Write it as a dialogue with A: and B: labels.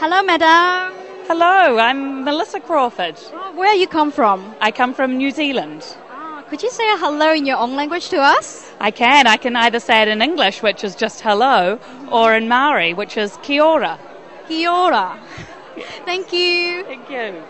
A: Hello, madam.
B: Hello, I'm Melissa Crawford.
A: Oh, Where you come from?
B: I come from New Zealand.
A: Oh, could you say a hello in your own language to us?
B: I can. I can either say it in English, which is just hello, or in Maori, which is kia ora.
A: Kia ora. Thank you.
B: Thank you.